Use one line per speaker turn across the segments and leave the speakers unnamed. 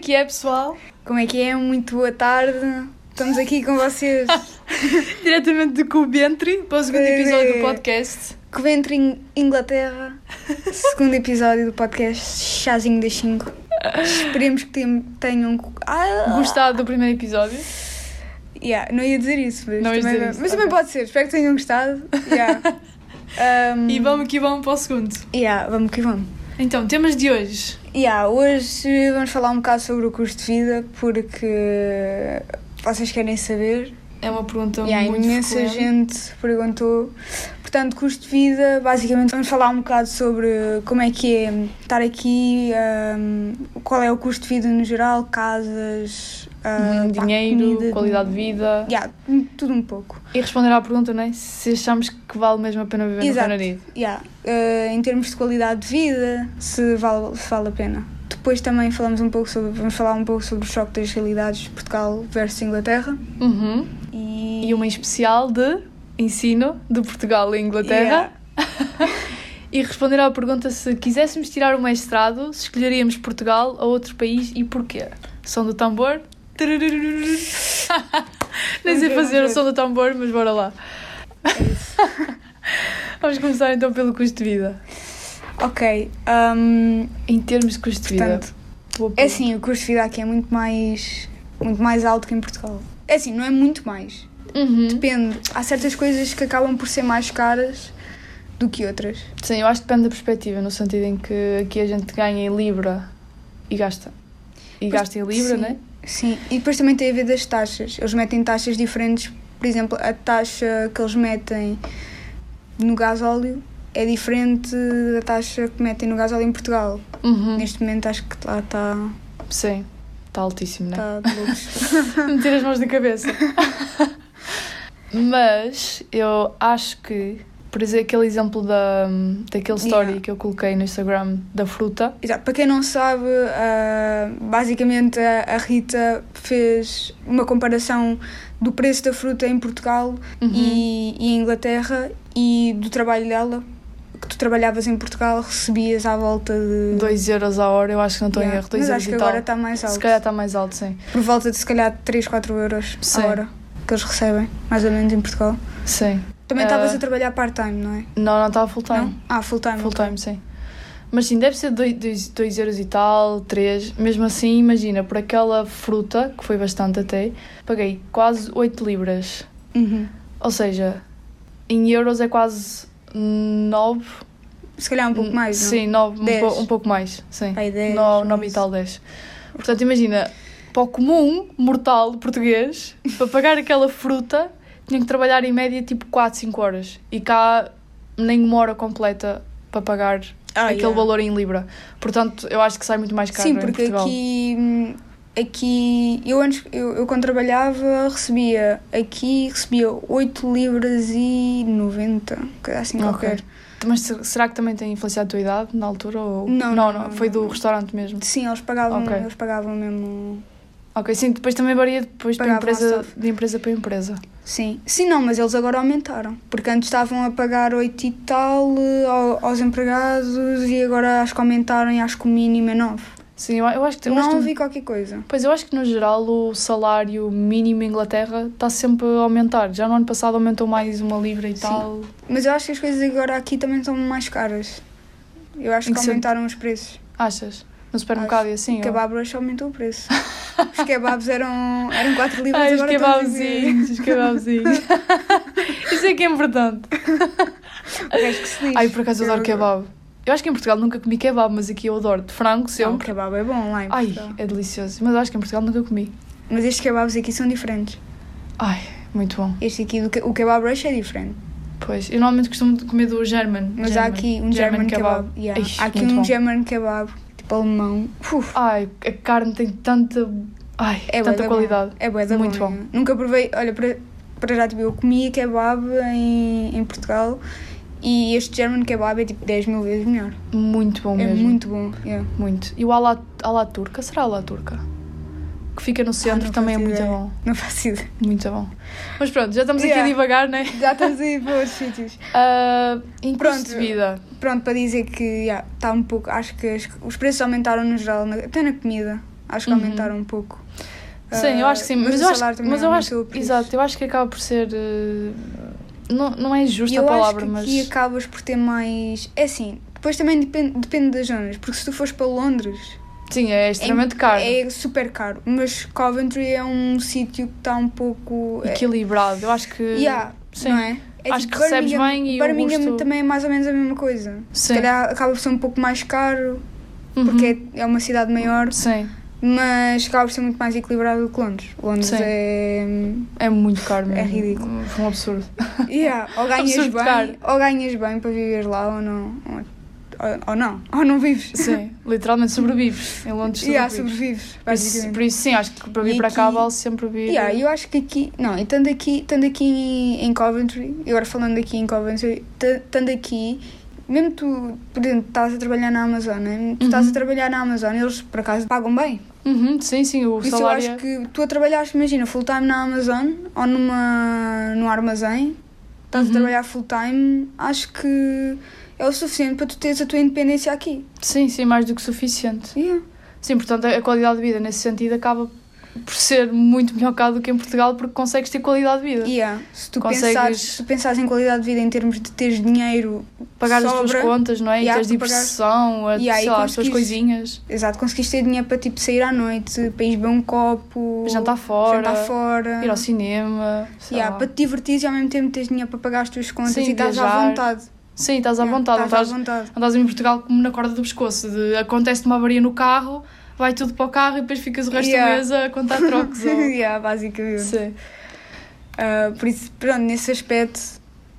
que é, pessoal?
Como é que é? Muito boa tarde. Estamos aqui com vocês.
Diretamente de Coventry, para o segundo
Bebê.
episódio do podcast.
Coventry, In- Inglaterra. Segundo episódio do podcast Chazinho das 5. Esperemos que tem- tenham. Ah,
Gostado do primeiro episódio?
yeah, não ia dizer isso, mas,
Não ias dizer
também, vai-
isso, ok.
mas também pode ser. Espero que tenham gostado. Yeah. Um,
E vamos que vamos para o segundo.
yeah, vamos que vamos.
Então, temas de hoje.
Yeah, hoje vamos falar um bocado sobre o custo de vida porque vocês querem saber
É uma pergunta
E há
muito
imensa
frequente.
gente perguntou. Portanto, custo de vida, basicamente vamos falar um bocado sobre como é que é estar aqui, hum, qual é o custo de vida no geral, casas, hum,
Hum,
pá,
dinheiro,
comida.
qualidade de vida.
Yeah, tudo um pouco.
E responder à pergunta, não é? Se achamos que vale mesmo a pena viver
Exato.
no Reino Unido.
Yeah, eh, em termos de qualidade de vida, se vale, se vale a pena. Depois também falamos um pouco sobre, vamos falar um pouco sobre o choque das realidades Portugal versus Inglaterra.
Uhum. E uma em especial de ensino de Portugal e Inglaterra. E responder à pergunta se quiséssemos tirar o mestrado, se escolheríamos Portugal ou outro país e porquê? Som do tambor. Tarararararara. Nem sei fazer o
ver, vamos ver.
som do tambor, mas bora lá.
Yeah, é isso.
Vamos começar então pelo custo de vida.
ok. hum,
Em termos de custo de vida.
Portanto,
boa
É
pergunta.
assim, o custo de vida aqui é muito mais, muito mais alto que em Portugal. É assim, não é muito mais.
Uhum.
Depende. Há certas coisas que acabam por ser mais caras do que outras.
Sim, eu acho que depende da perspectiva, no sentido em que aqui a gente ganha em Libra e gasta. E
Pois,
gasta em Libra,
sim.
né?
Sim, e depois também tem a ver das taxas. Eles metem taxas diferentes. Por exemplo, a taxa que eles metem no gás óleo é diferente da taxa que metem no gás óleo em Portugal.
Uhum.
Neste momento acho que lá está
Sim, está altíssimo, né?
está de loucos.
meter as mãos na cabeça. Mas eu acho que, por exemplo, aquele exemplo da, daquele story
Yeah.
que eu coloquei no Instagram da fruta.
Exato. Para quem não sabe, ah, basicamente a a Rita fez uma comparação do preço da fruta em Portugal
Uhum.
e, e em Inglaterra e do trabalho dela, que tu trabalhavas em Portugal, recebias à volta de.
2 euros a hora, eu acho que não estou em
Yeah.
então, erro. 2
Mas
euros
acho
e
que
tal.
agora está mais alto.
Se calhar está mais alto, sim.
Por volta de se calhar 3, 4 euros
Sim.
a hora que eles recebem, mais ou menos em Portugal.
Sim.
Também
Ah.
estavas a trabalhar part-time, não é?
Não, não estava full time.
Não? Ah, full-time.
Full time, sim. Mas sim, deve ser 2 euros e tal, 3. Mesmo assim, imagina, por aquela fruta, que foi bastante até, paguei quase 8 libras.
Uhum.
Ou seja, em euros é quase 9.
Se calhar um pouco mais, não?
Sim, 9, um,
Dez.
pou- um pouco mais. Sim.
Pai, 10.
9 e tal, 10. Portanto, imagina, para o comum mortal português, para pagar aquela fruta, tinha que trabalhar em média tipo 4, 5 horas. E cá nem uma hora completa para pagar
Ah,
aquele
yeah.
valor em Libra. Portanto, eu acho que sai muito mais caro
Sim,
em
porque
Portugal.
aqui, hum, aqui eu antes eu, eu quando trabalhava recebia aqui recebia 8 libras e 90, coisa assim
Ok.
qualquer.
Mas se- será que também tem influenciado a tua idade na altura? Ou...
Não,
não,
não, não,
Foi do
não.
restaurante mesmo.
Sim, eles pagavam,
Ok.
eles pagavam mesmo.
Ok, sim, depois também varia depois para
Pagava
empresa,
ourselves.
de empresa para empresa.
Sim. Sim, não, mas eles agora aumentaram, porque antes estavam a pagar 8 e tal eh, ao- aos empregados e agora acho que aumentaram e acho que o mínimo é 9.
Sim, eu, eu acho que... eu acho que-
9 e qualquer coisa.
Pois eu acho que no geral o salário mínimo em Inglaterra está sempre a aumentar. Já no ano passado aumentou mais uma libra e
Sim.
tal.
Mas eu acho que as coisas agora aqui também estão mais caras. Eu acho
Em
que
que sentido?
aumentaram os preços.
Achas? No supermercado e assim?
O
ou-
kebab rush aumentou o preço. os kebabs eram, eram 4 libras
Ai, os
agora estão a dizer-
kebabzinhos, os kebabzinhos. é Isso é que é importante.
O resto que se diz.
Ai, por acaso eu adoro
Eu-
kebab. Eu acho que em Portugal nunca comi kebab, mas aqui eu adoro. De frango
Não, o
sempre.
kebab é bom lá em
Ai,
Portugal.
é delicioso. Mas acho que em Portugal nunca comi.
Mas estes kebabs aqui são diferentes.
Ai, muito bom.
Este aqui, do, ke- o kebab rush é diferente.
Pois, eu normalmente costumo de comer do German.
Mas há aqui um German, kebab. Yeah.
Ixi,
há aqui
muito
um
bom.
German kebab, tipo alemão. Uf,
Ai, a carne tem tanta. Ai,
é bué da
tanta
bom.
qualidade.
É bué da
Muito
bom. Nunca provei, olha, para, para já, tipo, eu comia kebab em, em Portugal e este German kebab é tipo 10 mil vezes melhor.
Muito bom
é
mesmo.
muito bom. yeah.
Muito. E o ala, ala turca? Será ala turca? Que fica no centro
Ah, não
também é
faço
muito
ideia.
bom.
Não faço ideia.
Muito bom. Mas pronto, já estamos aqui
Yeah.
a divagar, né?
Já estamos aí para outros sítios.
Ah, em pronto.
Pronto.
de vida.
tá Pronto, para dizer que já, está um pouco. Acho que as- os preços aumentaram no geral, na- até na comida. Acho que aumentaram um pouco.
Uhum. Sim, eu acho que sim,
Ah,
mas,
o
eu
salário
acho,
também
mas eu
aumentou
acho,
por isso.
exato, eu acho que acaba por ser eh, não, não é
E
justa
eu
a palavra,
acho que
mas
aqui é acabas por ter mais. É assim, depois também depende, depende das zonas, porque se tu fores para Londres.
sim, é
é-
extremamente caro,
É super caro, mas Coventry é um sítio que está um pouco. é-
equilibrado. Eu acho que
yeah,
sim.
não é? É
Acho que recebes
Birmingham-
bem e o
Birmingham
gosto-
também é mais ou menos a mesma coisa. Se
Sim.
calhar acaba por ser um pouco mais caro,
Uhum.
porque é, é uma cidade maior,
sim,
mas acaba por ser muito mais equilibrado do que Londres. Londres
Sim.
é.
é muito caro mesmo.
ridículo.
Foi um absurdo.
Yeah, ou ganhas
Absurdo caro.
bem, ou ganhas bem para viver lá ou não. Ou, ou- ou não, ou não vives.
Sim, literalmente sobrevives. Em Londres
E há
sobrevives.
sobrevives,
Por isso,
basicamente.
por isso sim, acho que para vir
E
para cá
aqui-
vale sempre vir.
Yeah, eu acho que aqui, não, e tanto aqui, tanto aqui em, em Coventry, e agora falando aqui em Coventry, ta- tanto aqui, mesmo tu, por exemplo, estás a trabalhar na Amazônia, tu estás
Uhum.
a trabalhar na Amazônia, eles por acaso pagam bem.
Uhum, sim, sim, o
Por isso eu
salário. é-
acho que tu a trabalhares, imagina, full time na Amazon ou numa, num armazém, estás
Uhum.
a trabalhar full time, acho que é o suficiente para tu teres a tua independência aqui.
Sim, sim, mais do que suficiente.
Yeah.
Sim, portanto, a qualidade de vida nesse sentido acaba por ser muito melhor cá do que em Portugal porque consegues ter qualidade de vida.
Yeah. Se, tu
Consegues-
pensares, se tu pensares em qualidade de vida em termos de teres dinheiro,
pagar as tuas
sobra-
contas, não é?
Yeah,
e teres
tu pagares-
diversão, a-
Yeah, e
sei lá, as tuas
conseguires-
coisinhas,
exato, conseguiste ter dinheiro para tipo sair à noite, para ir beber um copo,
jantar fora,
jantar fora,
ir ao cinema, sei
yeah,
lá.
para te divertir e ao mesmo tempo teres dinheiro para pagar as tuas contas
Sim,
e estás
viajar.
à vontade.
Sim, estás à
Yeah,
vontade, não
estás
estás,
à vontade.
não estás em Portugal como na corda do pescoço, de acontece uma avaria no carro, vai tudo para o carro e depois ficas o resto
Yeah.
do mês a contar trocos. ou...
yeah, basicamente.
Sim.
Ah, por isso, pronto, nesse aspecto,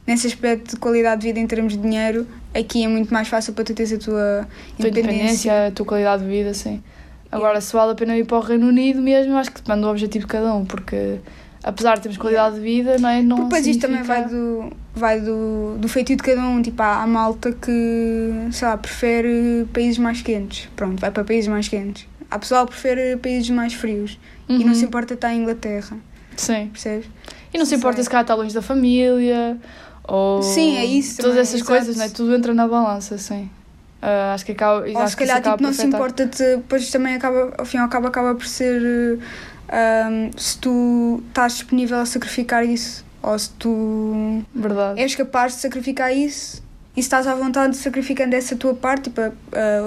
nesse aspecto de qualidade de vida em termos de dinheiro, aqui é muito mais fácil para tu teres a tua
tua
independência.
independência, a tua qualidade de vida, sim. Agora, se vale a pena ir para o Reino Unido mesmo, eu acho que depende do objetivo de cada um, porque apesar de termos qualidade de vida, não é? Não
Porque depois isto também
significa-
vai do, vai do, do feitio de cada um. Tipo, há, há malta que, sei lá, prefere países mais quentes. Pronto, vai para países mais quentes. Há pessoal que prefere países mais frios e
Uhum,
não se importa estar em Inglaterra,
Sim.
percebes?
E não se importa
Sei.
se cá está longe da família ou.
Sim, é isso
Todas
também,
essas
exato.
coisas, não é? Tudo entra na balança, sim. Ah, acho que acaba.
Ou
acho
se
que isso
calhar
acaba
tipo,
por
não se
afetar.
importa, -te, depois também acaba, ao fim e ao cabo, acaba por ser eh, hum, se tu estás disponível a sacrificar isso ou se tu
Verdade.
és capaz de sacrificar isso e se estás à vontade sacrificando essa tua parte, tipo, ah,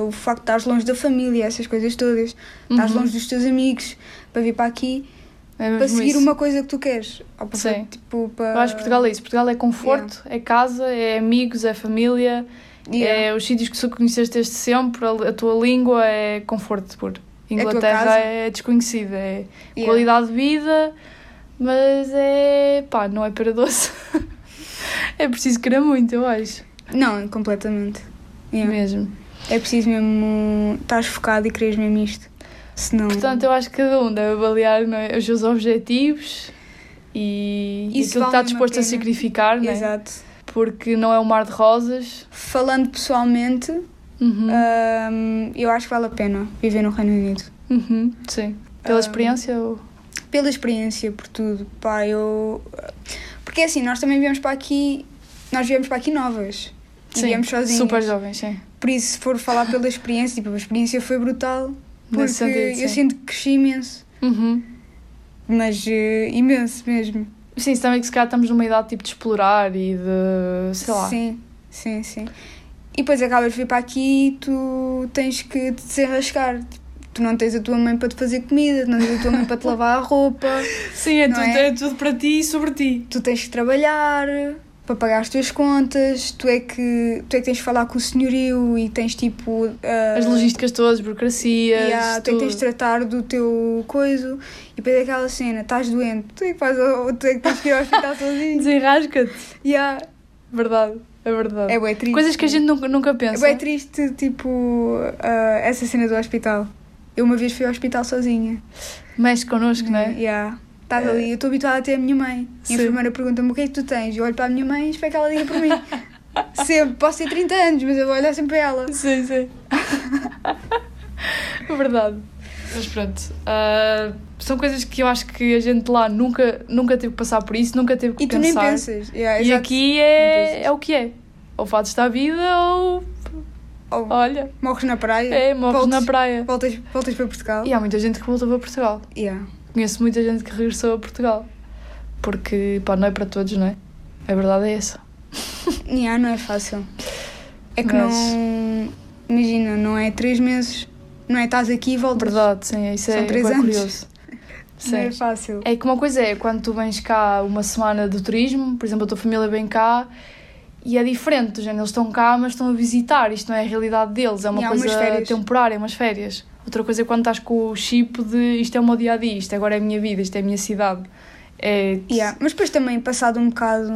o facto de estás longe da família, essas coisas todas, estás
Uhum.
longe dos teus amigos, para vir para aqui,
É
para
mesmo
seguir
isso.
uma coisa que tu queres. Ou para,
Sim.
Tipo, para...
Eu acho que Portugal é isso. Portugal é conforto, é casa, é amigos, é família,
Yeah.
é os sítios que tu conheceste desde sempre, a, a tua língua é conforto puro.
tua
Inglaterra
casa.
é desconhecida, é
Yeah.
qualidade de vida, mas é. pá, não é para doce. é preciso querer muito, eu acho.
Não, completamente. Yeah.
é- Mesmo.
É preciso mesmo estás focado e quereres mesmo isto. Senão...
Portanto, eu acho que cada um deve avaliar não é, os seus objetivos e, e
Isso
aquilo que
vale
está
mesmo a
disposto a
pena.
sacrificar, não é?
Exato.
Porque não é um mar de rosas.
Falando pessoalmente,
Uhum.
Ah. ahm, eu acho que vale a pena viver no Reino Unido.
Uhum, sim. Pela
Ah,
experiência ou.
pela experiência, por tudo. Pá, eu. Porque assim, nós também viemos para aqui. Nós viemos para aqui novas. E viemos sozinhas.
super jovens, sim.
Por isso, se for falar pela experiência, tipo, a experiência foi brutal. Porque
Nesse sentido,
eu
sim.
sinto que cresci imenso.
Uhum.
Mas eh, imenso mesmo.
Sim, isso também que se calhar estamos numa idade tipo de explorar e de. sei lá.
Sim, sim, sim. E depois acabas de vir para aqui e tu tens que te desenrascar. Tipo, Tu não tens a tua mãe para te fazer comida, tu não tens a tua mãe para te lavar a roupa,
Sim, é
Não
tudo,
é?
é tudo para ti e sobre ti.
tu tens que trabalhar para pagar as tuas contas, tu é que, tu é que tens de falar com o senhorio e tens tipo. ah,
As logísticas todas, burocracias.
Yeah, tu é que
tudo.
tens de tratar do teu coiso e depois é aquela cena, estás doente, tu é que, vais ao, tu é que tens que ir ao hospital sozinho.
Desenrasca-te.
Yeah,
Verdade, é verdade.
É bué triste.
Coisas que a gente nunca, nunca
É
pensa.
bem triste, tipo, ah, essa cena do hospital. Eu uma vez fui ao hospital sozinha. Uhum,
Mexe connosco, não é?
Yeah. Estás ali, eu estou habituada a ter a minha mãe. E
Sim.
a enfermeira pergunta-me o que é que tu tens. Eu olho para a minha mãe e espero que ela diga por mim. sempre, posso ter 30 anos, mas eu vou olhar sempre para ela.
Sim, sim. Verdade. Mas pronto. ah, são coisas que eu acho que a gente lá nunca, nunca teve que passar por isso, nunca teve que
E tu nem
pensar.
pensas. Yeah,
E
exato.
aqui
Não
é,
pensas.
é o que é. Ou fazes-te à vida ou
Ou
Olha,
morres na praia.
é, morres
voltas,
na praia.
Voltas, voltas para Portugal.
E há muita gente que voltou para Portugal.
Yeah.
Conheço muita gente que regressou a Portugal. Porque, pá, não é para todos, não é? A verdade é essa.
Yeah, não é fácil. É que
Mas-
não. Imagina, não é três meses, não é estás aqui e voltas.
Verdade, sim, isso
São
é
três
bué
anos.
curioso. Sim.
Não é fácil.
É que uma coisa é quando tu vens cá uma semana do turismo, por exemplo, a tua família vem cá e é diferente, do género, eles estão cá, mas estão a visitar, isto não é a realidade deles, é uma
E há umas
coisa
férias.
temporária, umas férias. Outra coisa é quando estás com o chip de isto é o meu dia a dia, isto agora é a minha vida, isto é a minha cidade. É,
Yeah. Mas depois também, passado um bocado.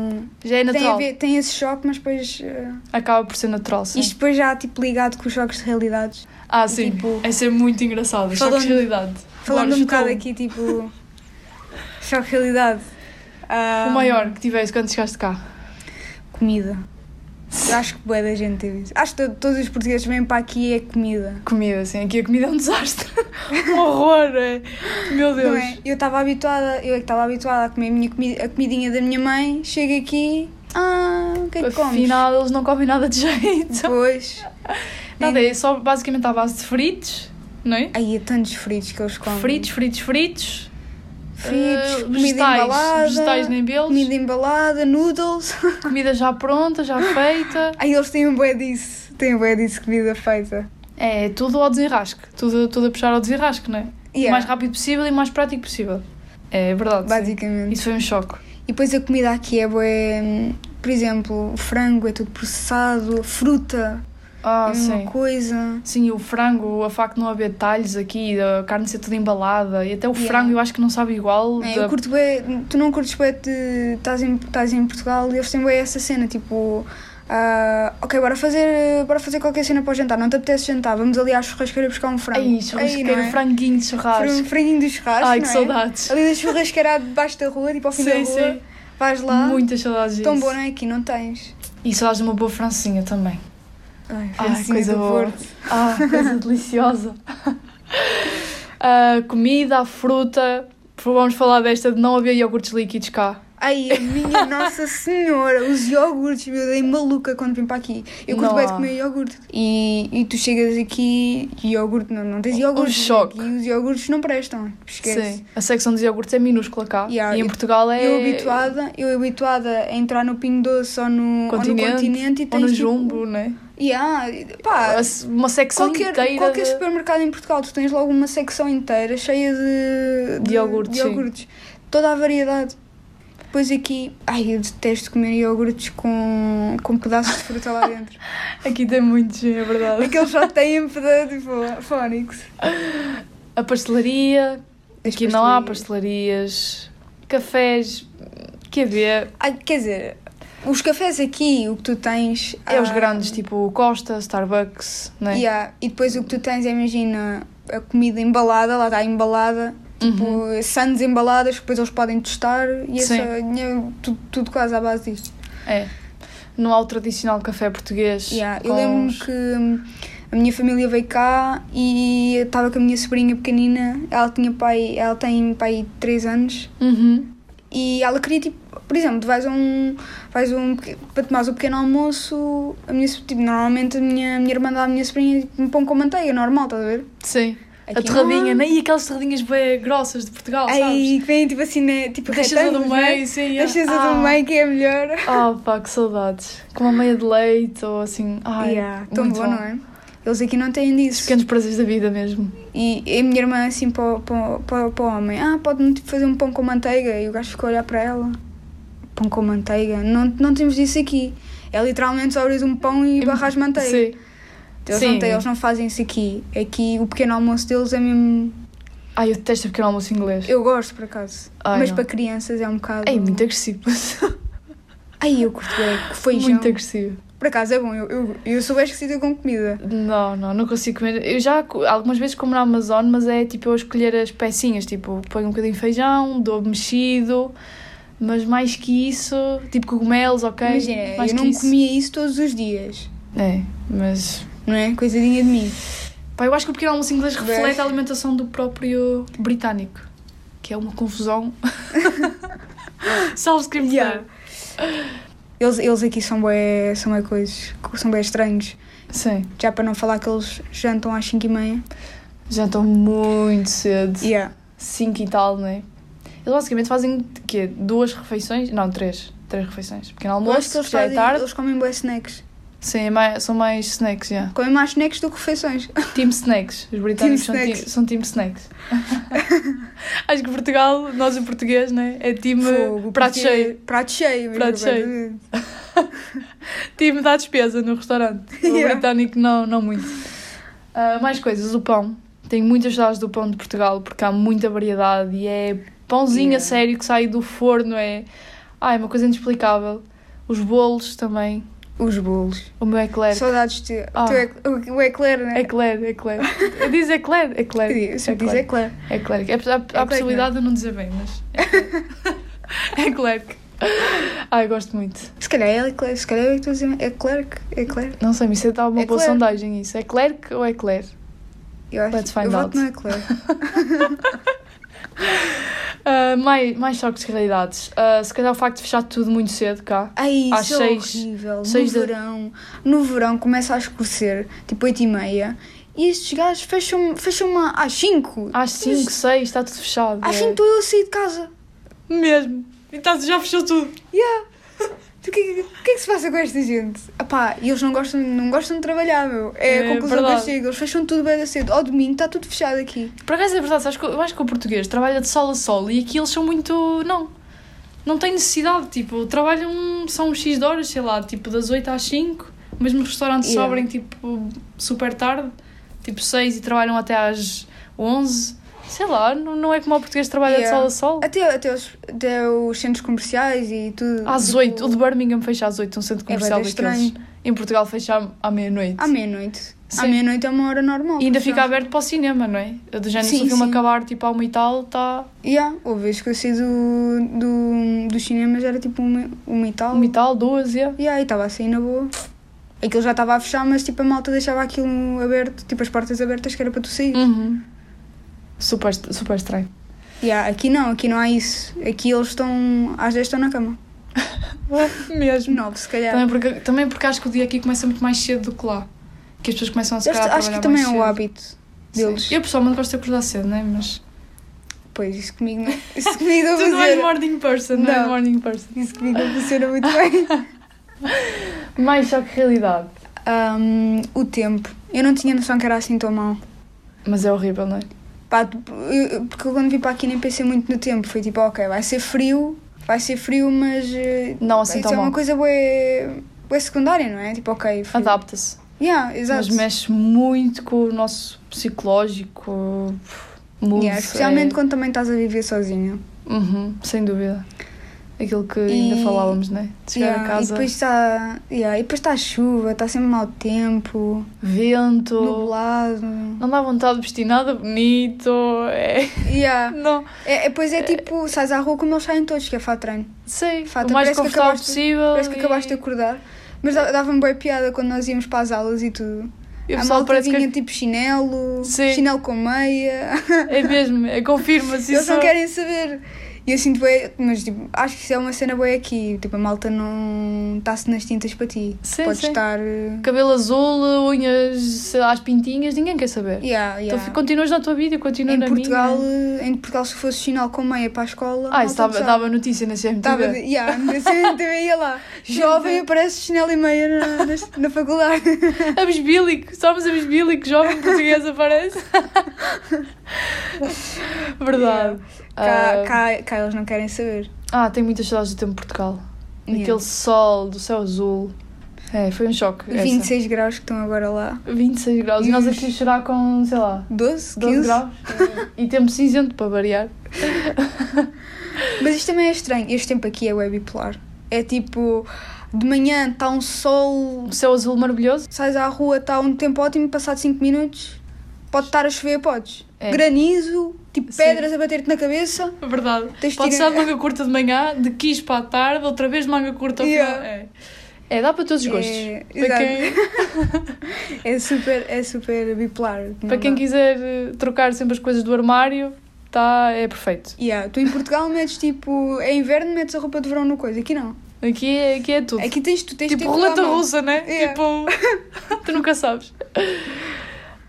Já é
Tem, a
natural,
ver- tem esse choque, mas depois. eh,
acaba por ser natural. Sim.
isto depois já tipo ligado com os choques de realidades.
ah, sim,
tipo-
é ser muito engraçado, só
Falando-
que realidade.
Falando
Agora,
um bocado
Estocolmo,
aqui, tipo. choque de realidade. Ah,
O maior que tiveste quando chegaste cá.
Comida. Eu acho que boa da gente teve isso. Acho que to- todos os portugueses vêm para aqui é comida.
Comida, assim, aqui a comida é um desastre. um horror, é. Meu
Não
Deus.
é? Eu estava habituada, eu é que estava habituada a comer a, minha comi- a comidinha da minha mãe, chego aqui, ah, o que é que comes?
Afinal, eles não comem nada de jeito.
Depois,
Nada, é só basicamente à base de fritos, não é?
aí há tantos fritos que eles comem.
Fritos, fritos, fritos.
fritos,
eh,
comida
vegetais,
embalada,
vegetais nem belos.
comida embalada, noodles.
Comida já pronta, já feita.
Aí eles têm um bué disso, têm um bué disso comida feita.
É tudo ao desenrasque. Tudo, tudo a puxar ao desenrasque, não é? O
Yeah,
mais rápido possível e o mais prático possível. É verdade. sim.
basicamente.
Isso foi um choque.
E depois a comida aqui é bué, hum, por exemplo, o frango é tudo processado, fruta
Ah,
é
sim.
uma coisa.
Sim, e o frango, a facto de não haver talhos aqui, a carne ser toda embalada e até o
Yeah.
frango eu acho que não sabe igual.
É,
da-
eu curto bem, tu não curtes bem de estás em, estás em Portugal e eles têm bem essa cena, tipo, ah, ok, bora fazer, bora fazer qualquer cena para o jantar, não te apetece jantar, vamos ali à churrasqueira buscar um frango.
Ai, churrasqueiro,
não é?
franguinho de churrasco.
Um franguinho do churrasco.
Ai, que
não é?
saudades.
Ali da churrasqueira debaixo da rua, tipo ao fim da
Sim,
rua,
sim.
vais lá,
Muitas saudades disso.
tão bom, não é? Aqui não tens.
E saudades de uma boa francinha também.
Ai,
Ai,
Francinha
coisa
do
boa.
Porto.
Ah, coisa deliciosa. A comida, a fruta. Vamos falar desta de não haver iogurtes líquidos cá.
Ai, a minha Nossa Senhora, os iogurtes, meu, eu dei maluca quando vim para aqui. Eu curto
Não
bem de
há.
comer iogurte. E, e tu chegas aqui e iogurte, não, não tens iogurte. né?
choque.
E os iogurtes não prestam, esquece.
Sim. A secção dos iogurtes é minúscula cá.
Yeah,
e em
eu-
Portugal é.
Eu habituada, eu habituada a entrar no Pingo Doce ou no continente, ou no, continente e
ou
tens
no
tipo-
jumbo, né?
Yeah, pá,
Uma secção
qualquer,
inteira.
qualquer
de-
supermercado em Portugal, tu tens logo uma secção inteira cheia de,
De iogurtes,
de
sim.
iogurtes. Toda a variedade. Depois aqui, ai, eu detesto comer iogurtes com, com pedaços de fruta lá dentro.
Aqui tem muitos, sim, é verdade.
Aqueles só têm pedaços, tipo, fónix.
A pastelaria.
As
Aqui não há
pastelarias.
pastelarias. Cafés. Quer ver?
Ai, quer dizer, os cafés aqui, o que tu tens.
É os
ah,
grandes, tipo Costa, Starbucks, né?
yeah, E depois o que tu tens, é, imagina, a comida embalada, lá está embalada, tipo,
Uhum.
sandes embaladas, que depois eles podem testar e essa,
Sim.
né, tudo, tudo quase à base disto.
É. Não há o tradicional café português.
Yeah,
com
eu lembro-me
os-
que hum, a minha família veio cá e eu estava com a minha sobrinha pequenina, ela tinha pai, ela tem pai 3 anos
Uhum.
e ela queria tipo, por exemplo, tu vais a um, vais a um pequ- para tomar um pequeno almoço, a minha, so- tipo, normalmente a minha, a minha irmã dá à minha sobrinha tipo, um pão com manteiga, normal, estás a ver?
Sim. a
Aqui
torradinha,
não.
né? E aquelas torradinhas bem grossas de Portugal, sabes?
Ai, que vem tipo assim, né, tipo
Deixas a do
retângulos, né?
meio, sim.
Deixas a
ah.
do meio que é melhor.
Ah, pá, que saudades. Com uma meia de leite ou assim. Ai,
Yeah, tão
muito
bom, não é? Eles aqui não têm disso.
Pequenos prazeres da vida mesmo.
E e a minha irmã assim para, o- para, o- para, o- para o homem, ah, pode-me tipo, fazer um pão com manteiga? E o gajo ficou a olhar para ela. Pão com manteiga? Não, não temos disso aqui. É literalmente só abres um pão e barras manteiga.
Sim.
Eles,
Sim.
Não têm, eles não fazem isso aqui. Aqui o pequeno almoço deles é mesmo.
Ai, eu detesto pequeno almoço inglês.
Eu gosto por acaso.
Ai,
Mas
não.
para crianças é um bocado.
É muito agressivo.
Ai, eu curto bem. Feijão.
muito agressivo.
Por acaso é bom. Eu, eu, eu sou bem esquecida com comida.
Não, não, não consigo comer. Eu já co- algumas vezes como na Amazon, mas é tipo eu escolher as pecinhas, tipo, ponho um bocadinho de feijão, dou mexido, mas mais que isso, tipo cogumelos, ok?
Imagina,
mais
eu
que
não
isso.
comia isso todos os dias.
É, mas.
Não é? Coisadinha de mim.
Pá, eu acho que o pequeno almoço inglês
Bem.
reflete a alimentação do próprio britânico, que é uma confusão. Sabes que
Yeah. Eles, eles aqui são bem, são bem coisas, são bem estranhos.
Sim.
Já para não falar que eles jantam às 5 e meia.
Jantam muito cedo.
Yeah.
5 e tal, não é? Eles basicamente fazem quê? Duas refeições? Não, três. Três refeições. Pequeno
Eu acho
almoço,
que eles,
já é
fazem-
tarde.
eles comem bem snacks.
Sim, é mais- são mais snacks, já.
Comem mais snacks do que refeições.
Team Snacks. Os britânicos são,
Team snacks.
Team, são Team Snacks. Acho que Portugal, nós em português, né? É Team eh,
Fogo,
prato
porque-
cheio.
Prato cheio. mesmo,
Prato cheio.
completamente.
Team da despesa no restaurante. O
Yeah.
britânico, não, não muito. Ah, mais coisas, o pão. Tenho muitas saudades do pão de Portugal porque há muita variedade e é pãozinho a
Yeah.
sério que sai do forno. É. Ah, é uma coisa inexplicável. Os bolos também.
Os bolos.
O meu eclair.
Saudades de...
Ah.
Tu é, o, o eclair, né?
Eclair, eclair. Diz eclair, eclair.
Eu sempre diz
Eclair.
eclair.
É Clerc. É, há- há
não
a
é?
possibilidade de eu não dizer bem, mas. é Clerc. É Clerc. Ai, gosto muito.
Se calhar é eclair. Se calhar é que tu dizes eclair. Eclair.
Não sei, mas isso está uma
É
boa
Clerc.
sondagem isso. É Clerc ou é Clerc?
Eu acho
Let's find
eu
out.
voto no eclair.
Ah, mais, mais choques de realidades. Ah, se calhar o facto de fechar tudo muito cedo cá.
Ai,
Às
isso
seis-
é horrível.
seis
no
da-
verão, no verão começa a escurecer, tipo 8 e meia, e estes gajos fecham, fecham uma às 5.
Às 5, 6, está tudo fechado.
Às
é.
5 estou eu a sair de casa.
Mesmo. Então já fechou tudo.
Yeah. O que, é que- o que é que se passa com esta gente? Apá, eles não gostam, não gostam de trabalhar, meu. É a
É
conclusão que eu
verdade.
chego. Eles fecham tudo bem da cedo. Ao domingo está tudo fechado aqui.
Por acaso é verdade, sabes que eu eu acho que o português trabalha de sol a sol e aqui eles são muito. Não. Não tem necessidade, tipo, trabalham só um X de horas, sei lá, tipo das 8 às 5, mesmo os restaurantes
Yeah.
sobrem tipo super tarde, tipo 6 e trabalham até às 11. Sei lá, não, não é como o português trabalha
Yeah.
de sol a sol.
Até, até, os, até os centros comerciais e tudo.
Às
tipo,
8, o de Birmingham fecha às 8, um centro
É bué
comercial
da
daqueles. Em Portugal fecha à- à meia-noite.
À meia-noite. À
Sim.
meia-noite é uma hora normal.
E ainda
porque
fica
senão-
aberto para o cinema, não é? Do género, se
Sim,
o filme
sim.
acabar tipo à 1 e tal, está
Yeah, houve vez que eu saí do, do, dos cinemas, era tipo uma, uma e tal.
1 e tal, 2, yeah.
Yeah, e estava a sair na boa. Aquilo já estava a fechar, mas tipo a malta deixava aquilo aberto, tipo as portas abertas que era para tu sair.
Uhum. Super, est- super estranho.
Yeah, aqui não, aqui não há isso. Aqui eles estão, às 10 estão na cama. É
Mesmo.
9 se calhar.
Também porque, também porque acho que o dia aqui começa muito mais cedo do que lá. Que as pessoas começam a se
Eles-
calhar, a
acho que
trabalhar
também
mais
é o
cedo.
hábito deles.
Sim. Eu pessoalmente gosto de acordar cedo, não é? Mas.
Pois, isso comigo não. Isso comigo não
Tu não és
funciona.
morning person, não, és
Não.
morning person.
Isso comigo não funciona muito bem.
Mais choque de realidade.
Ahm, Um, o tempo. Eu não tinha noção que era assim tão mal.
Mas é horrível, não é?
Pá, eu- porque eu quando vim para aqui nem pensei muito no tempo. Foi tipo, ok, vai ser frio, vai ser frio, mas. eh,
Não, assim
isso
tão
é uma
mal.
coisa bué, bué secundária, não é? Tipo, ok. frio.
Adapta-se.
Yeah,
Mas
exato.
mexe muito com o nosso psicológico. Mood,
Yeah, especialmente
é-
quando também estás a viver sozinha.
Uhum, sem dúvida. Aquilo que
E-
ainda falávamos, não é? De chegar
Yeah,
a
E
casa,
depois está yeah, e depois está a chuva, está sempre mau tempo,
vento.
nublado.
Não dá vontade de vestir nada bonito. É.
Yeah.
Não.
É, é- pois é tipo, sais à rua como eles saem todos, que é fato treino.
Sei.
Fato,
o mais
parece que
confortável
acabaste-
possível.
Parece que
e-
acabaste de acordar. Mas dá- dava-me boa piada quando nós íamos para as aulas e tudo.
E o
a
pessoal
malta
parece
vinha
que. é-
tipo chinelo,
Sim.
chinelo com meia.
É mesmo, é, confirma-se
Eles
isso.
não querem saber. E assim, tipo, é- mas tipo, acho que isso é uma cena boa aqui. Tipo, a malta não está-se nas tintas para ti.
Sim,
Podes
sim.
estar. eh,
Cabelo azul, unhas, sei lá, as pintinhas, ninguém quer saber. Então
Yeah, yeah.
fi- continuas na tua vida, eu continuo
em
na
Portugal,
minha.
eh, em Portugal, se fosse sinal com meia para a escola.
Ah, isso
malta
dava,
gozava.
dava notícia na CMTV.
Dava de- yeah, assim, também ia lá. Jovem aparece chinelo e meia na, na- na faculdade.
A bisbílico, somos a bisbílico, jovem português aparece. Verdade.
Cá,
Ah,
cá, cá eles não querem saber.
Ah, tenho muitas saudades do tempo de Portugal.
Yeah.
Aquele sol, do céu azul. É, foi um choque. essa.
26 graus que estão agora lá.
26 graus. E nós aqui a chorar com, sei lá,
12,
12
15.
graus. E tempo cinzento para variar.
Mas isto também é estranho. Este tempo aqui é bué bipolar. É tipo, de manhã está um sol,
O céu azul maravilhoso.
sais à rua, está um tempo ótimo, passado 5 minutos, pode estar a chover, podes.
É.
Granizo, tipo
Sim.
pedras a bater-te na cabeça.
Verdade.
Tens de
Pode
tirar-
estar de manga curta de manhã, de quis para a tarde, outra vez de manga curta ao
Yeah.
final. É. É, dá para todos os gostos.
É,
para, quem,
É super, é super bipolar. Não
para quem
dá.
quiser eh, trocar sempre as coisas do armário, tá, é perfeito.
Yeah, tu em Portugal metes tipo, é inverno, metes a roupa de verão no coisa, aqui não.
Aqui é, aqui é tudo.
Aqui tens, tu tens
tipo
tudo à
roleta
mão.
russa, né?
Yeah.
Tipo, tu nunca sabes.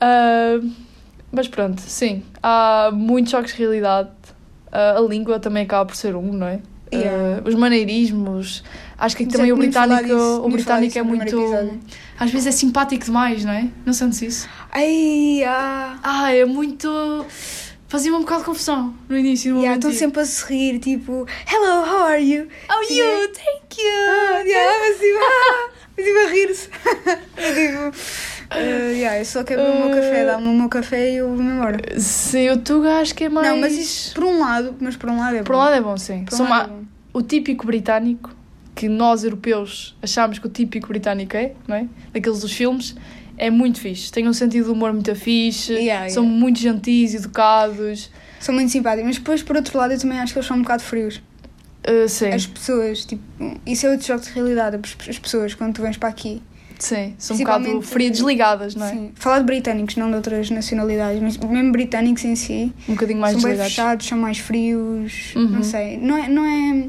Ah, mas pronto, sim. Há muitos choques de realidade. Ah, a língua também acaba por ser um, não é? Ah,
Yeah.
os maneirismos. Acho que
Já
também o
tínhamos falado
britânico,
disso-
o
tínhamos
britânico é
falado disso
muito.
no primeiro episódio.
Às vezes é simpático demais, não é? Não sentes isso?
Ai, ah.
Ah, é muito. Fazia-me um bocado de confusão no início, no
Yeah,
momento.
estão sempre a sorrir, tipo, hello, how are you?
Oh, you, thank you!
Ah, yeah, assim, ah, assim a rir-se. Eu digo, eh, yeah, eu só quero beber
Ah.
o meu café, dá-me o meu café e eu vou-me embora.
Sim, o Tuga acho que é mais.
Não, mas isso, por um lado, mas por um lado é bom.
Por um lado é bom, sim.
Por um
Sou
lado
uma-
é bom.
O típico britânico, que nós europeus achamos que o típico britânico é, não é? Daqueles dos filmes, é muito fixe. Tem um sentido de humor muito fixe,
Yeah,
são
yeah.
muito gentis, educados.
São muito simpáticos, mas depois, por outro lado, eu também acho que eles são um bocado frios.
Uh, sim,
As pessoas, tipo, isso é outro choque de realidade, as as pessoas, quando tu vens para aqui.
sim, são um bocado
principalmente-
frias, desligadas, não é?
Sim. Falar de britânicos, não de outras nacionalidades, mas mesmo britânicos em si,
Um bocadinho mais
são bem
desligadas.
fechados, são mais frios,
Uhum.
não sei. Não é, não é.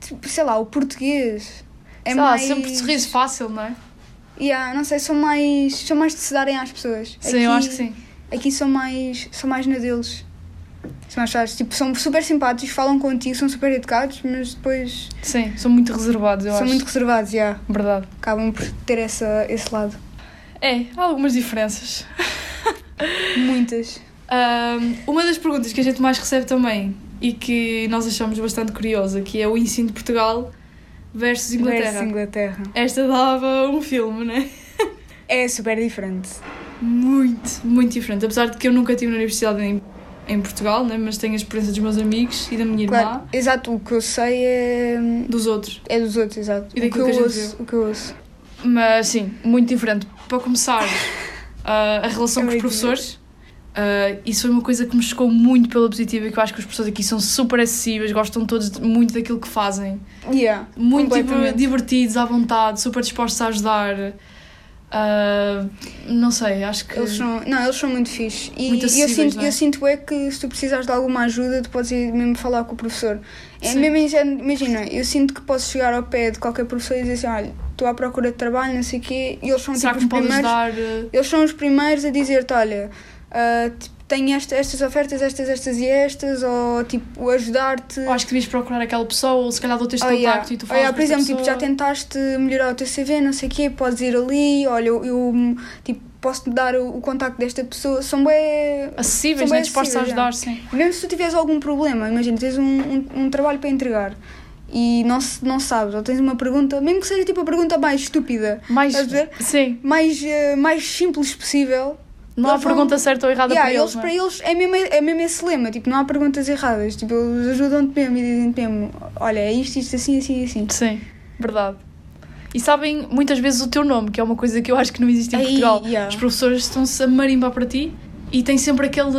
Tipo, sei lá, o português. É
Sei lá,
mais.
sempre de sorriso fácil, não é?
Yeah, não sei, são mais. São mais de se darem às pessoas.
Sim, eu acho que sim.
Aqui são mais. São mais na deles. São mais fechados. Tipo, são super simpáticos, falam contigo, são super educados, mas depois
Sim, são muito reservados, eu
são
acho.
muito reservados, yeah.
Verdade.
Acabam por ter essa, esse lado.
É, há algumas diferenças.
Muitas.
Ahm, uma das perguntas que a gente mais recebe também e que nós achamos bastante curiosa, que é o ensino de Portugal versus Inglaterra.
Versus Inglaterra.
Esta dava um filme, né?
É super diferente.
Muito, muito diferente. Apesar de que eu nunca estive na universidade em, em Portugal, né? mas tenho a experiência dos meus amigos e da minha
Claro,
irmã,
exato, o que eu sei é,
dos outros.
é dos outros, exato.
E
o que
daquilo
eu
que a gente
ouço, o que eu ouço.
Mas sim, muito diferente. Para começar, ah, a relação
É
com os
muito
professores. ah, isso foi uma coisa que me chocou muito pela positiva e que eu acho que os professores aqui são super acessíveis, gostam todos de- muito daquilo que fazem.
Yeah,
muito tipo,
completamente.
divertidos, à vontade, super dispostos a ajudar. Ah, não sei, acho que.
Eles são, não, eles são muito fixe. E
Muito
eu
acessíveis,
sinto,
não é?
eu sinto é que se tu precisares de alguma ajuda, tu podes ir mesmo falar com o professor. É,
Sim.
mesmo em género- imagina, eu sinto que posso chegar ao pé de qualquer professor e dizer assim, olha, estou à procura de trabalho, não sei o quê, e eles são
Será
tipo,
que me
os
pode
primeiros.
ajudar?
Eles são os primeiros a dizer-te, olha, ah, tipo, tenho esta- estas ofertas, estas, estas e estas, ou tipo, ajudar-te.
Ou acho que devias procurar aquela pessoa, ou se calhar dou-te este
Oh,
contacto
yeah.
e tu
Oh,
falas.
yeah,
com
por
esta
exemplo, tipo, já
pessoa.
tentaste melhorar o teu CV, não sei o quê, podes ir ali, olha, eu, eu, tipo, posso-te dar o, o contacto desta pessoa, são bem...
Acessíveis, né?
são bem
dispostos a
acessíveis, já.
ajudar, sim.
Mesmo se tu tiveres algum problema, imagina, tens um, um, um trabalho para entregar e não, se- não sabes, ou tens uma pergunta, mesmo que seja tipo a pergunta mais estúpida,
Mais,
Estás a ver?
sim,
mais, eh, mais simples possível...
não há
Eles vão-
pergunta certa ou errada
Yeah,
para eles.
eles,
não é?
para eles é mesmo, é mesmo esse lema, tipo, não há perguntas erradas, tipo, eles ajudam-te mesmo e dizem-te mesmo, olha, é isto, isto, assim, assim, assim.
Sim, verdade. E sabem muitas vezes o teu nome, que é uma coisa que eu acho que não existe em
Ai,
Portugal.
yeah.
Os professores estão-se a marimbar para ti e tem sempre aquele.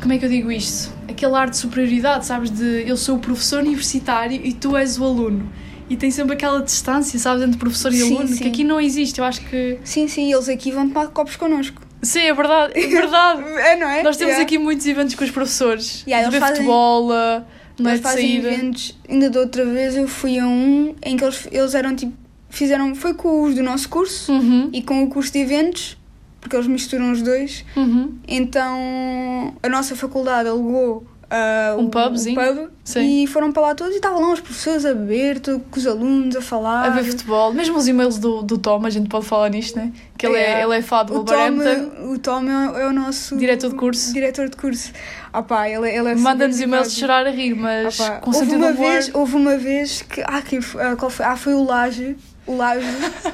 Como é que eu digo isto? Aquele ar de superioridade, sabes? De eu sou o professor universitário e tu és o aluno. E tem sempre aquela distância, sabes? Entre professor e
Sim,
aluno,
sim.
que aqui não existe. Eu acho que.
Sim, sim, eles aqui vão tomar copos connosco.
Sim, é verdade, é verdade.
É, não é?
Nós temos
Yeah.
aqui muitos eventos com os professores.
Yeah, eles
de ver
fazem-
futebol, a- não é
Eles
de
fazem
sair.
eventos. Ainda da outra vez eu fui a um em que eles, eles eram tipo. Fizeram. Foi com os do nosso curso
Uhum,
e com o curso de eventos, porque eles misturam os dois.
uhum.
Então a nossa faculdade alugou. ah,
Um
o-
pubzinho.
o pub,
Sim.
E foram para lá todos e estavam lá os professores a beber, tudo, com os alunos a falar.
a ver futebol. Mesmo os e-mails do, do Tom, a gente pode falar nisto, né? Que ele é,
Yeah.
ele é fado do
O Tom,
Wolverhampton.
o Tom é, é o nosso
Diretor de curso.
Diretor de curso. Ah, pá, ele, ele é
Manda-nos
super
e-mails
simpático.
de chorar a rir, mas
Opa,
com
houve
sentido
uma
de humor.
vez Houve uma vez que. Ah, quem foi, ah, qual foi? Ah, foi o Laje. O Laje.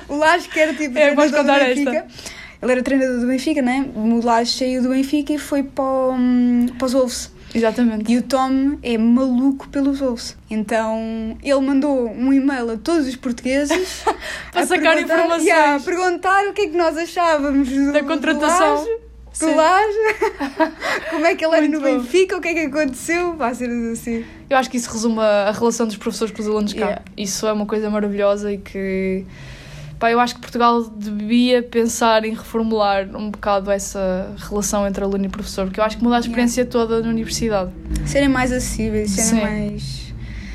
o Laje que era tipo.
É, podes
treinador do
contar
Benfica. Ele era treinador do Benfica, né? O Laje saiu do Benfica e foi para, o, hum, para os Wolves.
Exatamente.
E o Tom é maluco pelos Wolves. Então ele mandou um e-mail a todos os portugueses
Para
a
sacar
perguntar-
informações.
Yeah, a perguntar o que é que nós achávamos do,
Da contratação.
Do Laje, do
Sim.
Laje. como é que ele era
Muito
no
bom.
Benfica, o que é que aconteceu, vai ser assim.
Eu acho que isso resume a a relação dos professores com os alunos cá.
Yeah.
Isso é uma coisa maravilhosa e que. Pá, eu acho que Portugal devia pensar em reformular um bocado essa relação entre aluno e professor, porque eu acho que muda a experiência toda na universidade.
serem mais acessíveis, serem
Sim.
mais.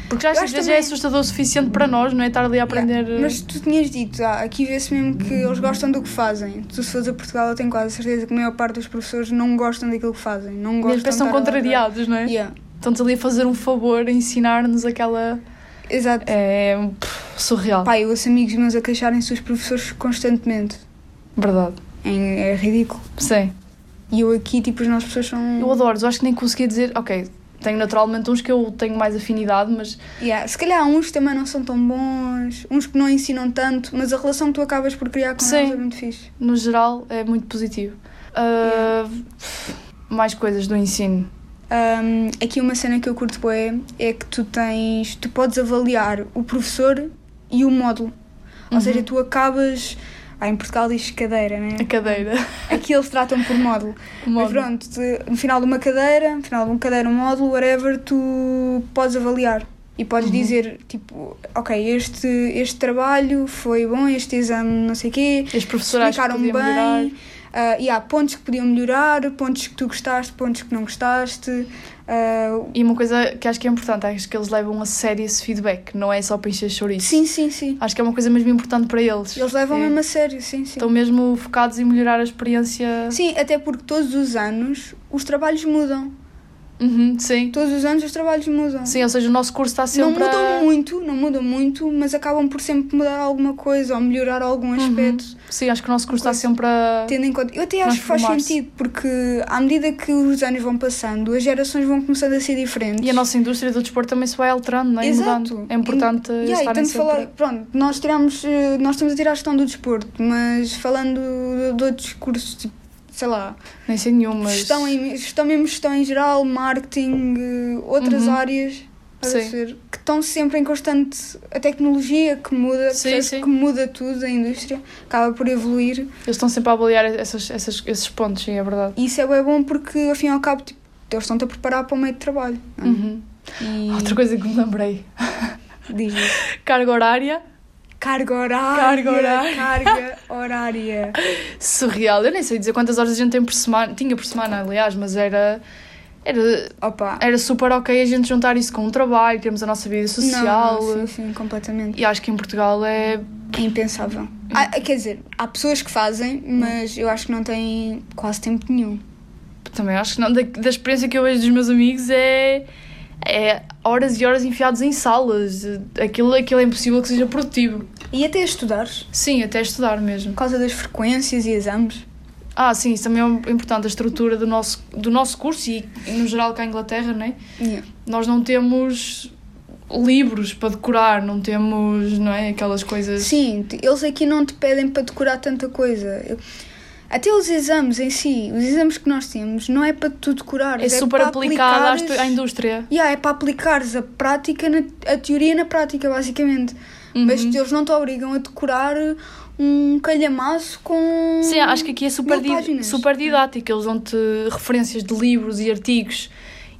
Porque já
Eu
às
acho
vezes
também-
é assustador o suficiente para nós, não é? Estar ali a aprender. eh,
Yeah, Mas tu tinhas dito, ah, aqui vê-se mesmo que eles gostam do que fazem. Tu se fores a Portugal, eu tenho quase certeza que a maior parte dos professores não gostam daquilo que fazem. Não
e eles
gostam
depois são
de estar a dar-
contrariados, não é?
Yeah,
Estão-nos ali a fazer um favor, a ensinar-nos aquela.
Exato.
É. pff, surreal.
Pá, eu ouço amigos meus a queixarem-se dos professores constantemente.
Verdade.
É, é ridículo.
Sim.
E eu aqui, tipo, as nossas pessoas são.
Eu adoro, eu acho que nem conseguia dizer. Ok, tenho naturalmente uns que eu tenho mais afinidade, mas.
Yeah, Se calhar uns também não são tão bons, uns que não ensinam tanto, mas a relação que tu acabas por criar com
Sim.
eles é muito fixe.
no geral é muito positivo. Ah, Mais coisas do ensino.
Ahm, aqui uma cena que eu curto bué é que tu tens, tu podes avaliar o professor e o módulo. Ou
Uhum.
seja, tu acabas, ah, em Portugal diz cadeira, né?
A cadeira.
Aqui eles tratam por módulo.
O
Mas
modo.
Hum. pronto, te- no final de uma cadeira, no final de uma cadeira, um módulo, whatever, tu podes avaliar. E podes dizer, tipo, ok, este, este trabalho foi bom, este exame não sei o quê,
Este professor acho que
explicaram
podia
bem.
melhorar.
ah, e há pontos que podiam melhorar, pontos que tu gostaste, pontos que não gostaste. ah,
E uma coisa que acho que é importante, acho que eles levam a sério esse feedback, não é só para encher chouriço.
sim, sim, sim.
Acho que é uma coisa mesmo importante para eles.
Eles levam
É.
mesmo a sério, sim, sim.
Estão mesmo focados em melhorar a experiência.
Sim, até porque todos os anos os trabalhos mudam.
Uhum, sim.
Todos os anos os trabalhos mudam.
Sim, ou seja, o nosso curso está
não
sempre.
mudam
a-
muito, não mudam muito, mas acabam por sempre mudar alguma coisa ou melhorar algum
Uhum.
aspecto.
Sim, acho que o nosso curso está sempre a.
Tendo em conta, eu até acho que faz
Transformar-se.
sentido, porque à medida que os anos vão passando, as gerações vão começando a ser diferentes.
E a nossa indústria do desporto também se vai alterando, não é? E
Exato.
mudando. É importante
E aí,
estarem
tanto
sempre.
falar, pronto, nós tiramos, eh, nós estamos a tirar a gestão do desporto, mas falando de, de outros cursos, tipo, sei lá,
Nem sei nenhum, mas.
gestão, em, gestão mesmo gestão em geral, marketing, eh, outras
Uhum.
áreas a
Sim.
ser, que estão sempre em constante a tecnologia que muda,
Sim,
percebes
sim.
que muda tudo, a indústria acaba por evoluir
Eles estão sempre a avaliar essas, essas- esses pontos, sim, é verdade.
e isso é bem bom porque ao fim e ao cabo tipo, eles estão-te a preparar para o meio de trabalho. não é?
Uhum.
E
Outra coisa que me lembrei:
diz-me.
carga horária.
Carga horária.
Carga horária.
Carga horária.
Surreal. Eu nem sei dizer quantas horas a gente tem por semana. Tinha por semana, aliás, mas era. Era,
Opa.
era super ok a gente juntar isso com o trabalho, termos a nossa vida social.
Não, não, sim, sim, completamente.
E Hum. acho que em Portugal é.
É impensável. Ah, quer dizer, há pessoas que fazem, mas eu acho que não têm quase tempo nenhum.
Também acho que não. Da, da experiência que eu vejo dos meus amigos é. É horas e horas enfiados em salas. Aquilo, aquilo é impossível que seja produtivo.
E até estudares,
Sim, até estudar mesmo.
por causa das frequências e exames.
Ah, sim, isso também é um- importante. A estrutura do nosso, do nosso curso e, no geral, cá em Inglaterra, né?
Yeah.
Nós não temos livros para decorar, não temos, não é? Aquelas coisas.
Sim, t- eles aqui não te pedem para decorar tanta coisa. Eu- Até os exames em si, os exames que nós temos, não é para tu decorar.
é super
para
aplicada à
aplicares-
estu- à indústria.
Yeah, é para aplicares a prática, na, a teoria na prática, basicamente. Mas
Uhum.
eles não te obrigam a decorar um calhamaço com.
Sim, acho que aqui é super,
mil
di-
páginas.
super didático. Eles dão-te referências de livros e artigos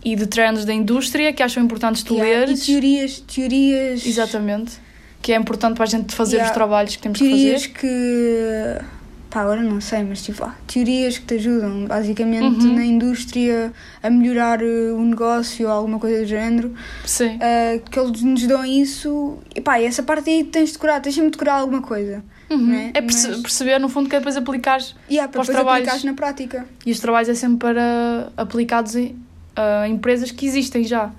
e de trends da indústria que acham importantes tu
Yeah,
leres.
E teorias, teorias.
Exatamente. Que é importante para a gente fazer
Yeah.
os trabalhos que temos
Teorias
que fazer.
que. Pá, agora não sei, mas tipo, ah, teorias que te ajudam basicamente
Uhum.
na indústria a melhorar eh, o negócio ou alguma coisa do género.
Sim.
ah, que eles nos dão isso. E pá, e essa parte aí tens de decorar, tens sempre de decorar alguma coisa.
Uhum.
né?
É perce-
Mas-
perceber, no fundo, que é depois aplicares
Yeah, para
Para os
depois
trabalhos.
aplicares na prática.
E os trabalhos é sempre para aplicados em a empresas que existem já.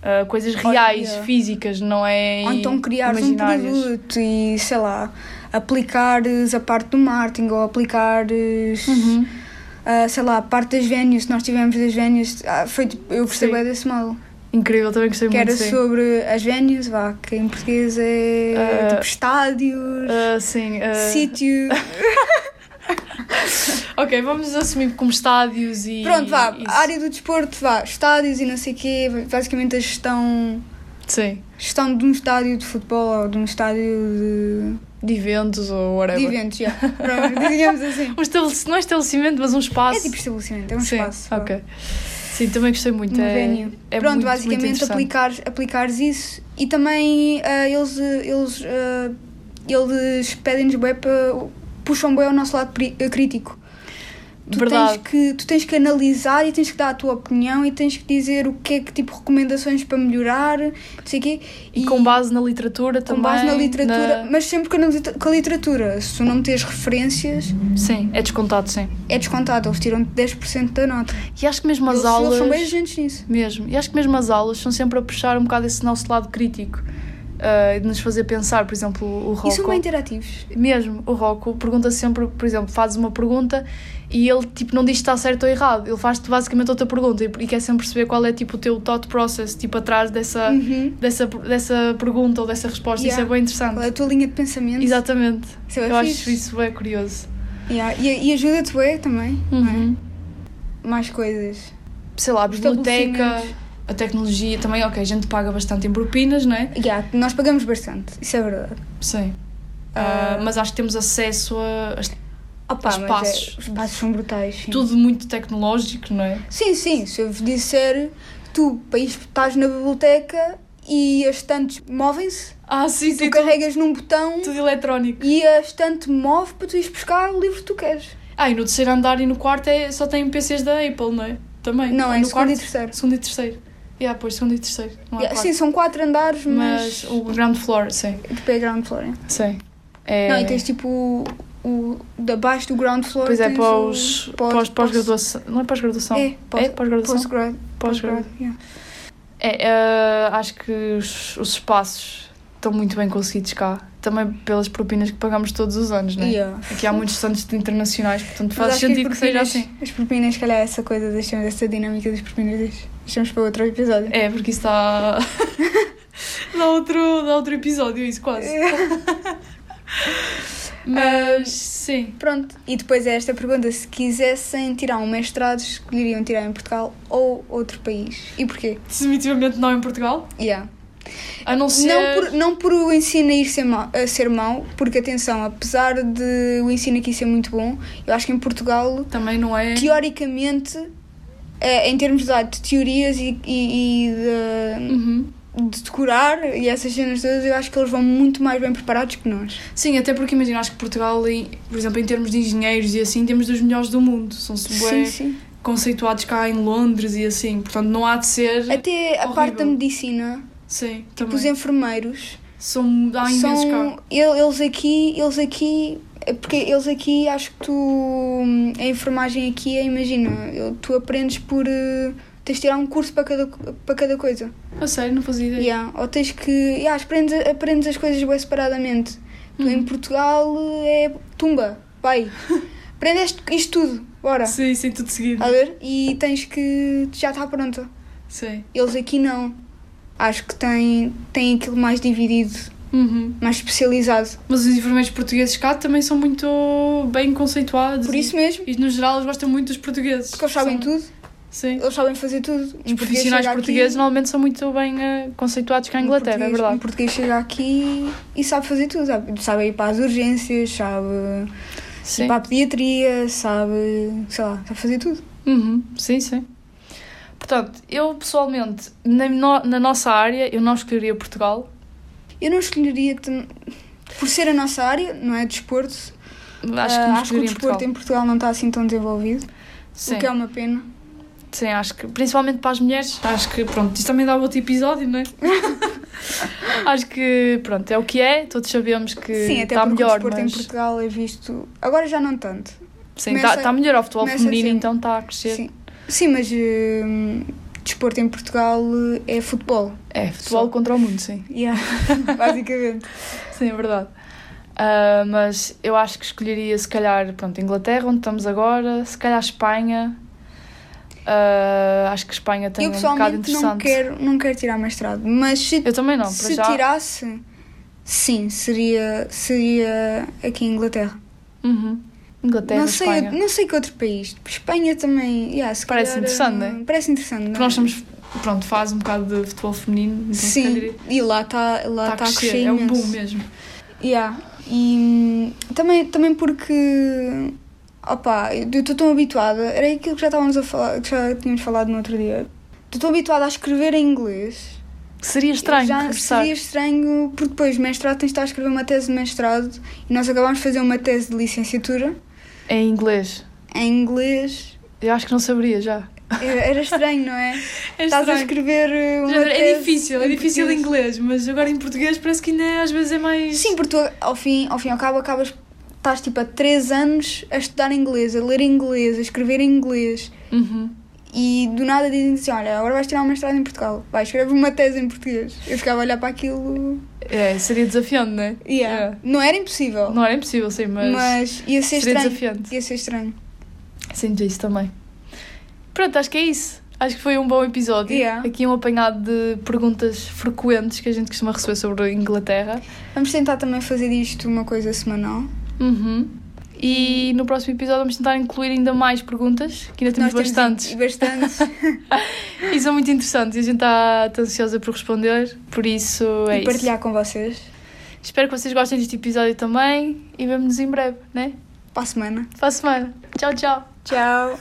A coisas
Olha,
reais,
yeah.
físicas, não é
Ou então criares um
imaginárias.
produto e, sei lá, aplicares a parte do marketing ou aplicares,
Uhum.
ah, sei lá, a parte das venues, nós tivemos das venues, ah, foi, tipo, eu gostei
Sim.
bem desse mal,
Incrível, também gostei
que
muito.
era
sim.
sobre as venues, vá, que em português é
Ah,
tipo estádios,
Ah, sim, ah,
sítio,
ok, vamos assumir como estádios e.
pronto, vá,
isso.
área do desporto, vá, estádios e não sei o quê, basicamente a gestão,
Sim,
gestão de um estádio de futebol ou de um estádio
de eventos ou
de,
whatever.
de eventos, já, pronto, digamos assim.
Um estabelec- Não é estabelecimento, mas um espaço.
É tipo estabelecimento, é um
sim,
espaço. vá.
Ok. Sim, também gostei muito.
Um
é,
venue.
é muito,
Pronto,
muito
basicamente
interessante.
aplicares, aplicares isso e também ah, eles, ah, eles, ah, eles pedem-nos bem para puxam bem ao nosso lado pri- ah, eh, crítico. tu
Verdade.
tens que tu tens que analisar e tens que dar a tua opinião e tens que dizer o que é que tipo recomendações para melhorar, não sei o quê.
E com base na literatura
com
também.
base na literatura,
na-
mas sempre com a, lit- com a literatura, se tu não meteres referências,
Sim, é descontado, sim.
é descontado, eles tiram-te 10% da nota.
E acho que mesmo as
eles,
aulas.
eles são bem agentes nisso.
Mesmo. E acho que mesmo as aulas são sempre a puxar um bocado esse nosso lado crítico. ah, e de nos fazer pensar, por exemplo, o Rocco.
E são bem interativos.
Mesmo, o Rocco pergunta sempre, por exemplo, fazes uma pergunta e ele tipo não diz se está certo ou errado. Ele faz-te basicamente outra pergunta e, e quer sempre perceber qual é tipo o teu thought process, tipo atrás dessa,
Uhum.
dessa, dessa pergunta ou dessa resposta. Isso
Yeah.
é bem interessante.
Qual é a tua linha de pensamento?
Exatamente.
Isso é
Eu
fixe.
acho isso bem curioso.
Yeah, E, e ajuda-te bem é também.
Uhum.
Mais coisas.
Sei lá, a biblioteca,
Estabelecimentos.
a tecnologia também, ok, a gente paga bastante em propinas, não é?
Yeah, nós pagamos bastante, isso é verdade.
Sim.
Ah.
Ah, mas acho que temos acesso a, a
Opa,
Os
mas é-
passos.
os passos são brutais. Sim.
tudo muito tecnológico, não é?
Sim, sim, se eu vos disser, tu para isto, estás na biblioteca e as estantes movem-se,
Ah, sim,
tu
sim, tudo,
carregas num botão
tudo eletrónico.
e a estante move para tu ires buscar o livro que tu queres.
Ah, e no terceiro andar e no quarto é, só tem PCs da Apple, não é? Também.
Não,
Ou
é
no
segundo
quarto?
e terceiro.
Segundo e terceiro. Yeah, pois, segundo e terceiro. Não há
Yeah,
quarto.
sim, são quatro andares,
mas...
mas,
o ground floor, sim.
de playground floor. é.
Sim. É...
Não, e tens tipo o, o da baixo do ground floor.
Pois é,
tens
para
o-
os
pós-
pós- pós-graduação. Não é pós-graduação?
É, pós-
É pós-graduação.
Postgrad.
Pós-graduação.
postgrad, yeah.
É, eh, acho que os, os espaços estão muito bem conseguidos cá. Também pelas propinas que pagamos todos os anos, não é?
Yeah.
Aqui há muitos estantes internacionais, portanto
Mas
faz
acho que as
sentido que, seja
propinas-
assim.
As propinas, se calhar, é essa coisa, deixamos essa dinâmica das propinas, deix- deixamos para outro episódio.
É, porque isso está. dá, outro, dá outro episódio, isso
É.
quase. Mas sim.
Pronto, e depois é esta pergunta: se quisessem tirar um mestrado, escolheriam tirar em Portugal ou outro país? E porquê?
Definitivamente não em Portugal.
Yeah.
A não ser.
Não, por, não por o ensino aí ser mau, a ser mau, porque atenção, apesar de o ensino aqui ser muito bom, eu acho que em Portugal,
Também não é.
teoricamente, eh, em termos de, de teorias e, e- e de,
Uhum.
de decorar e essas cenas todas, eu acho que eles vão muito mais bem preparados que nós.
Sim, até porque imagina, acho que Portugal, em- por exemplo, em termos de engenheiros e assim, temos dos melhores do mundo. São-se bué
Sim, sim.
conceituados cá em Londres e assim. Portanto, não há de ser.
Até a parte da
horrível.
medicina,
Sim,
tipo
também.
os enfermeiros,
São, há imensos cá.
são el- eles aqui, eles aqui, é porque eles aqui acho que tu hum, a enfermagem aqui é, imagina, eu- tu aprendes por eh, tens de tirar um curso para cada, co- para cada coisa.
A sério, não fazia ideia.
Yeah, Ou tens que. Yeah, aprendes, aprendes as coisas bem separadamente. Tu em
Uhum.
Portugal eh, é tumba, vai. Aprendes isto tudo, bora.
Sim, sim, tudo seguido.
A ver? E tens que. já está pronta.
Sim.
Eles aqui não. Acho que têm, têm aquilo mais dividido,
Uhum.
mais especializado.
Mas os enfermeiros portugueses cá também são muito bem conceituados.
Por
e-
isso mesmo,
E no geral eles gostam muito dos portugueses.
porque eles sabem
São-
tudo,
Sim.
eles sabem fazer tudo.
Os
Um
profissionais portugueses normalmente são muito bem eh, conceituados cá em Inglaterra, é
Um
verdade.
português chega aqui e sabe fazer tudo, sabe, sabe ir para as urgências, sabe
Sim.
para a pediatria, sabe, sei lá, sabe fazer tudo.
Uhum, Sim, sim. Portanto, eu pessoalmente, na, no- na nossa área, eu não escolheria Portugal.
Eu não escolheria, tam- por ser a nossa área, não é desporto,
Acho que
ah,
não
acho que o
escolheria
desporto
Portugal.
em Portugal não está assim tão desenvolvido,
Sim.
o que é um- uma pena.
Sim, acho que, principalmente para as mulheres, acho que, pronto, isto também dá outro episódio, não é? acho que, pronto, é o que é, todos sabemos que
Sim, até
está
porque
melhor,
o desporto
mas...
em Portugal é visto, agora já não tanto,
Sim, está
começa-
tá melhor, o futebol
começa
feminino
assim.
então está a crescer.
sim. Sim, mas hum, desporto em Portugal é futebol.
É, futebol
Só.
contra o mundo, sim.
Yeah, basicamente.
Sim, é verdade. Ah, mas eu acho que escolheria, se calhar, pronto, Inglaterra, onde estamos agora, se calhar Espanha. Ah, acho que Espanha tem
eu
um bocado
pessoalmente não
interessante.
quero, não quero tirar mestrado, mas se,
Eu também não, para
se
já.
tirasse, sim, seria, seria aqui em Inglaterra.
Uhum. Inglaterra,
não, sei,
Espanha.
não sei que outro país. Espanha também. yeah, se
Parece
calhar,
interessante,
hum,
não é?
Parece interessante.
Porque
não é?
nós somos, pronto, faz um bocado de futebol feminino, então se calhar
Sim, e lá está lá
está a crescer,
crescer
é um boom
imenso.
mesmo.
Yeah. E hum, também, também porque. Opa, eu estou tão habituada. Era aquilo que já estávamos a falar, que já tínhamos falado no outro dia. Estou tão habituada a escrever em inglês.
Seria É estranho
já
regressar.
seria estranho, porque depois mestrado tens de estar a escrever uma tese de mestrado e nós acabámos de fazer uma tese de licenciatura
Em inglês.
em inglês.
Eu acho que não saberia já.
Era estranho, não é?
É
Estás a
estranho.
escrever uh, uma
É
tese
difícil, é
em
difícil em
português.
inglês, mas agora em português parece que ainda às vezes é mais.
Sim, porque tu, ao fim, ao fim e ao cabo acabas estás tipo há 3 anos a estudar inglês, a ler inglês, a escrever em inglês
Uhum.
e do nada dizem assim, olha, agora vais tirar uma mestrado em Portugal, vai escrever uma tese em português. Eu ficava a olhar para aquilo.
É, seria desafiante, não é?
Yeah. Não era impossível,
É. Não era impossível, sim, mas.
mas ia
seria
ser estranho.
desafiante.
Ia ser estranho.
Sinto isso também. Pronto, acho que é isso. Acho que foi um bom episódio.
Yeah.
Aqui um apanhado de perguntas frequentes que a gente costuma receber sobre a Inglaterra.
Vamos tentar também fazer isto uma coisa semanal.
Uhum. E no próximo episódio vamos tentar incluir ainda mais perguntas, que ainda temos
Nós
bastantes. É
Temos bastantes.
E são muito interessantes e a gente está tá ansiosa por responder. Por isso é
e partilhar com vocês.
isso. Espero que vocês gostem deste episódio também. E vemo-nos em breve, né?
Para a semana.
Para a semana. Tchau, tchau.
Tchau.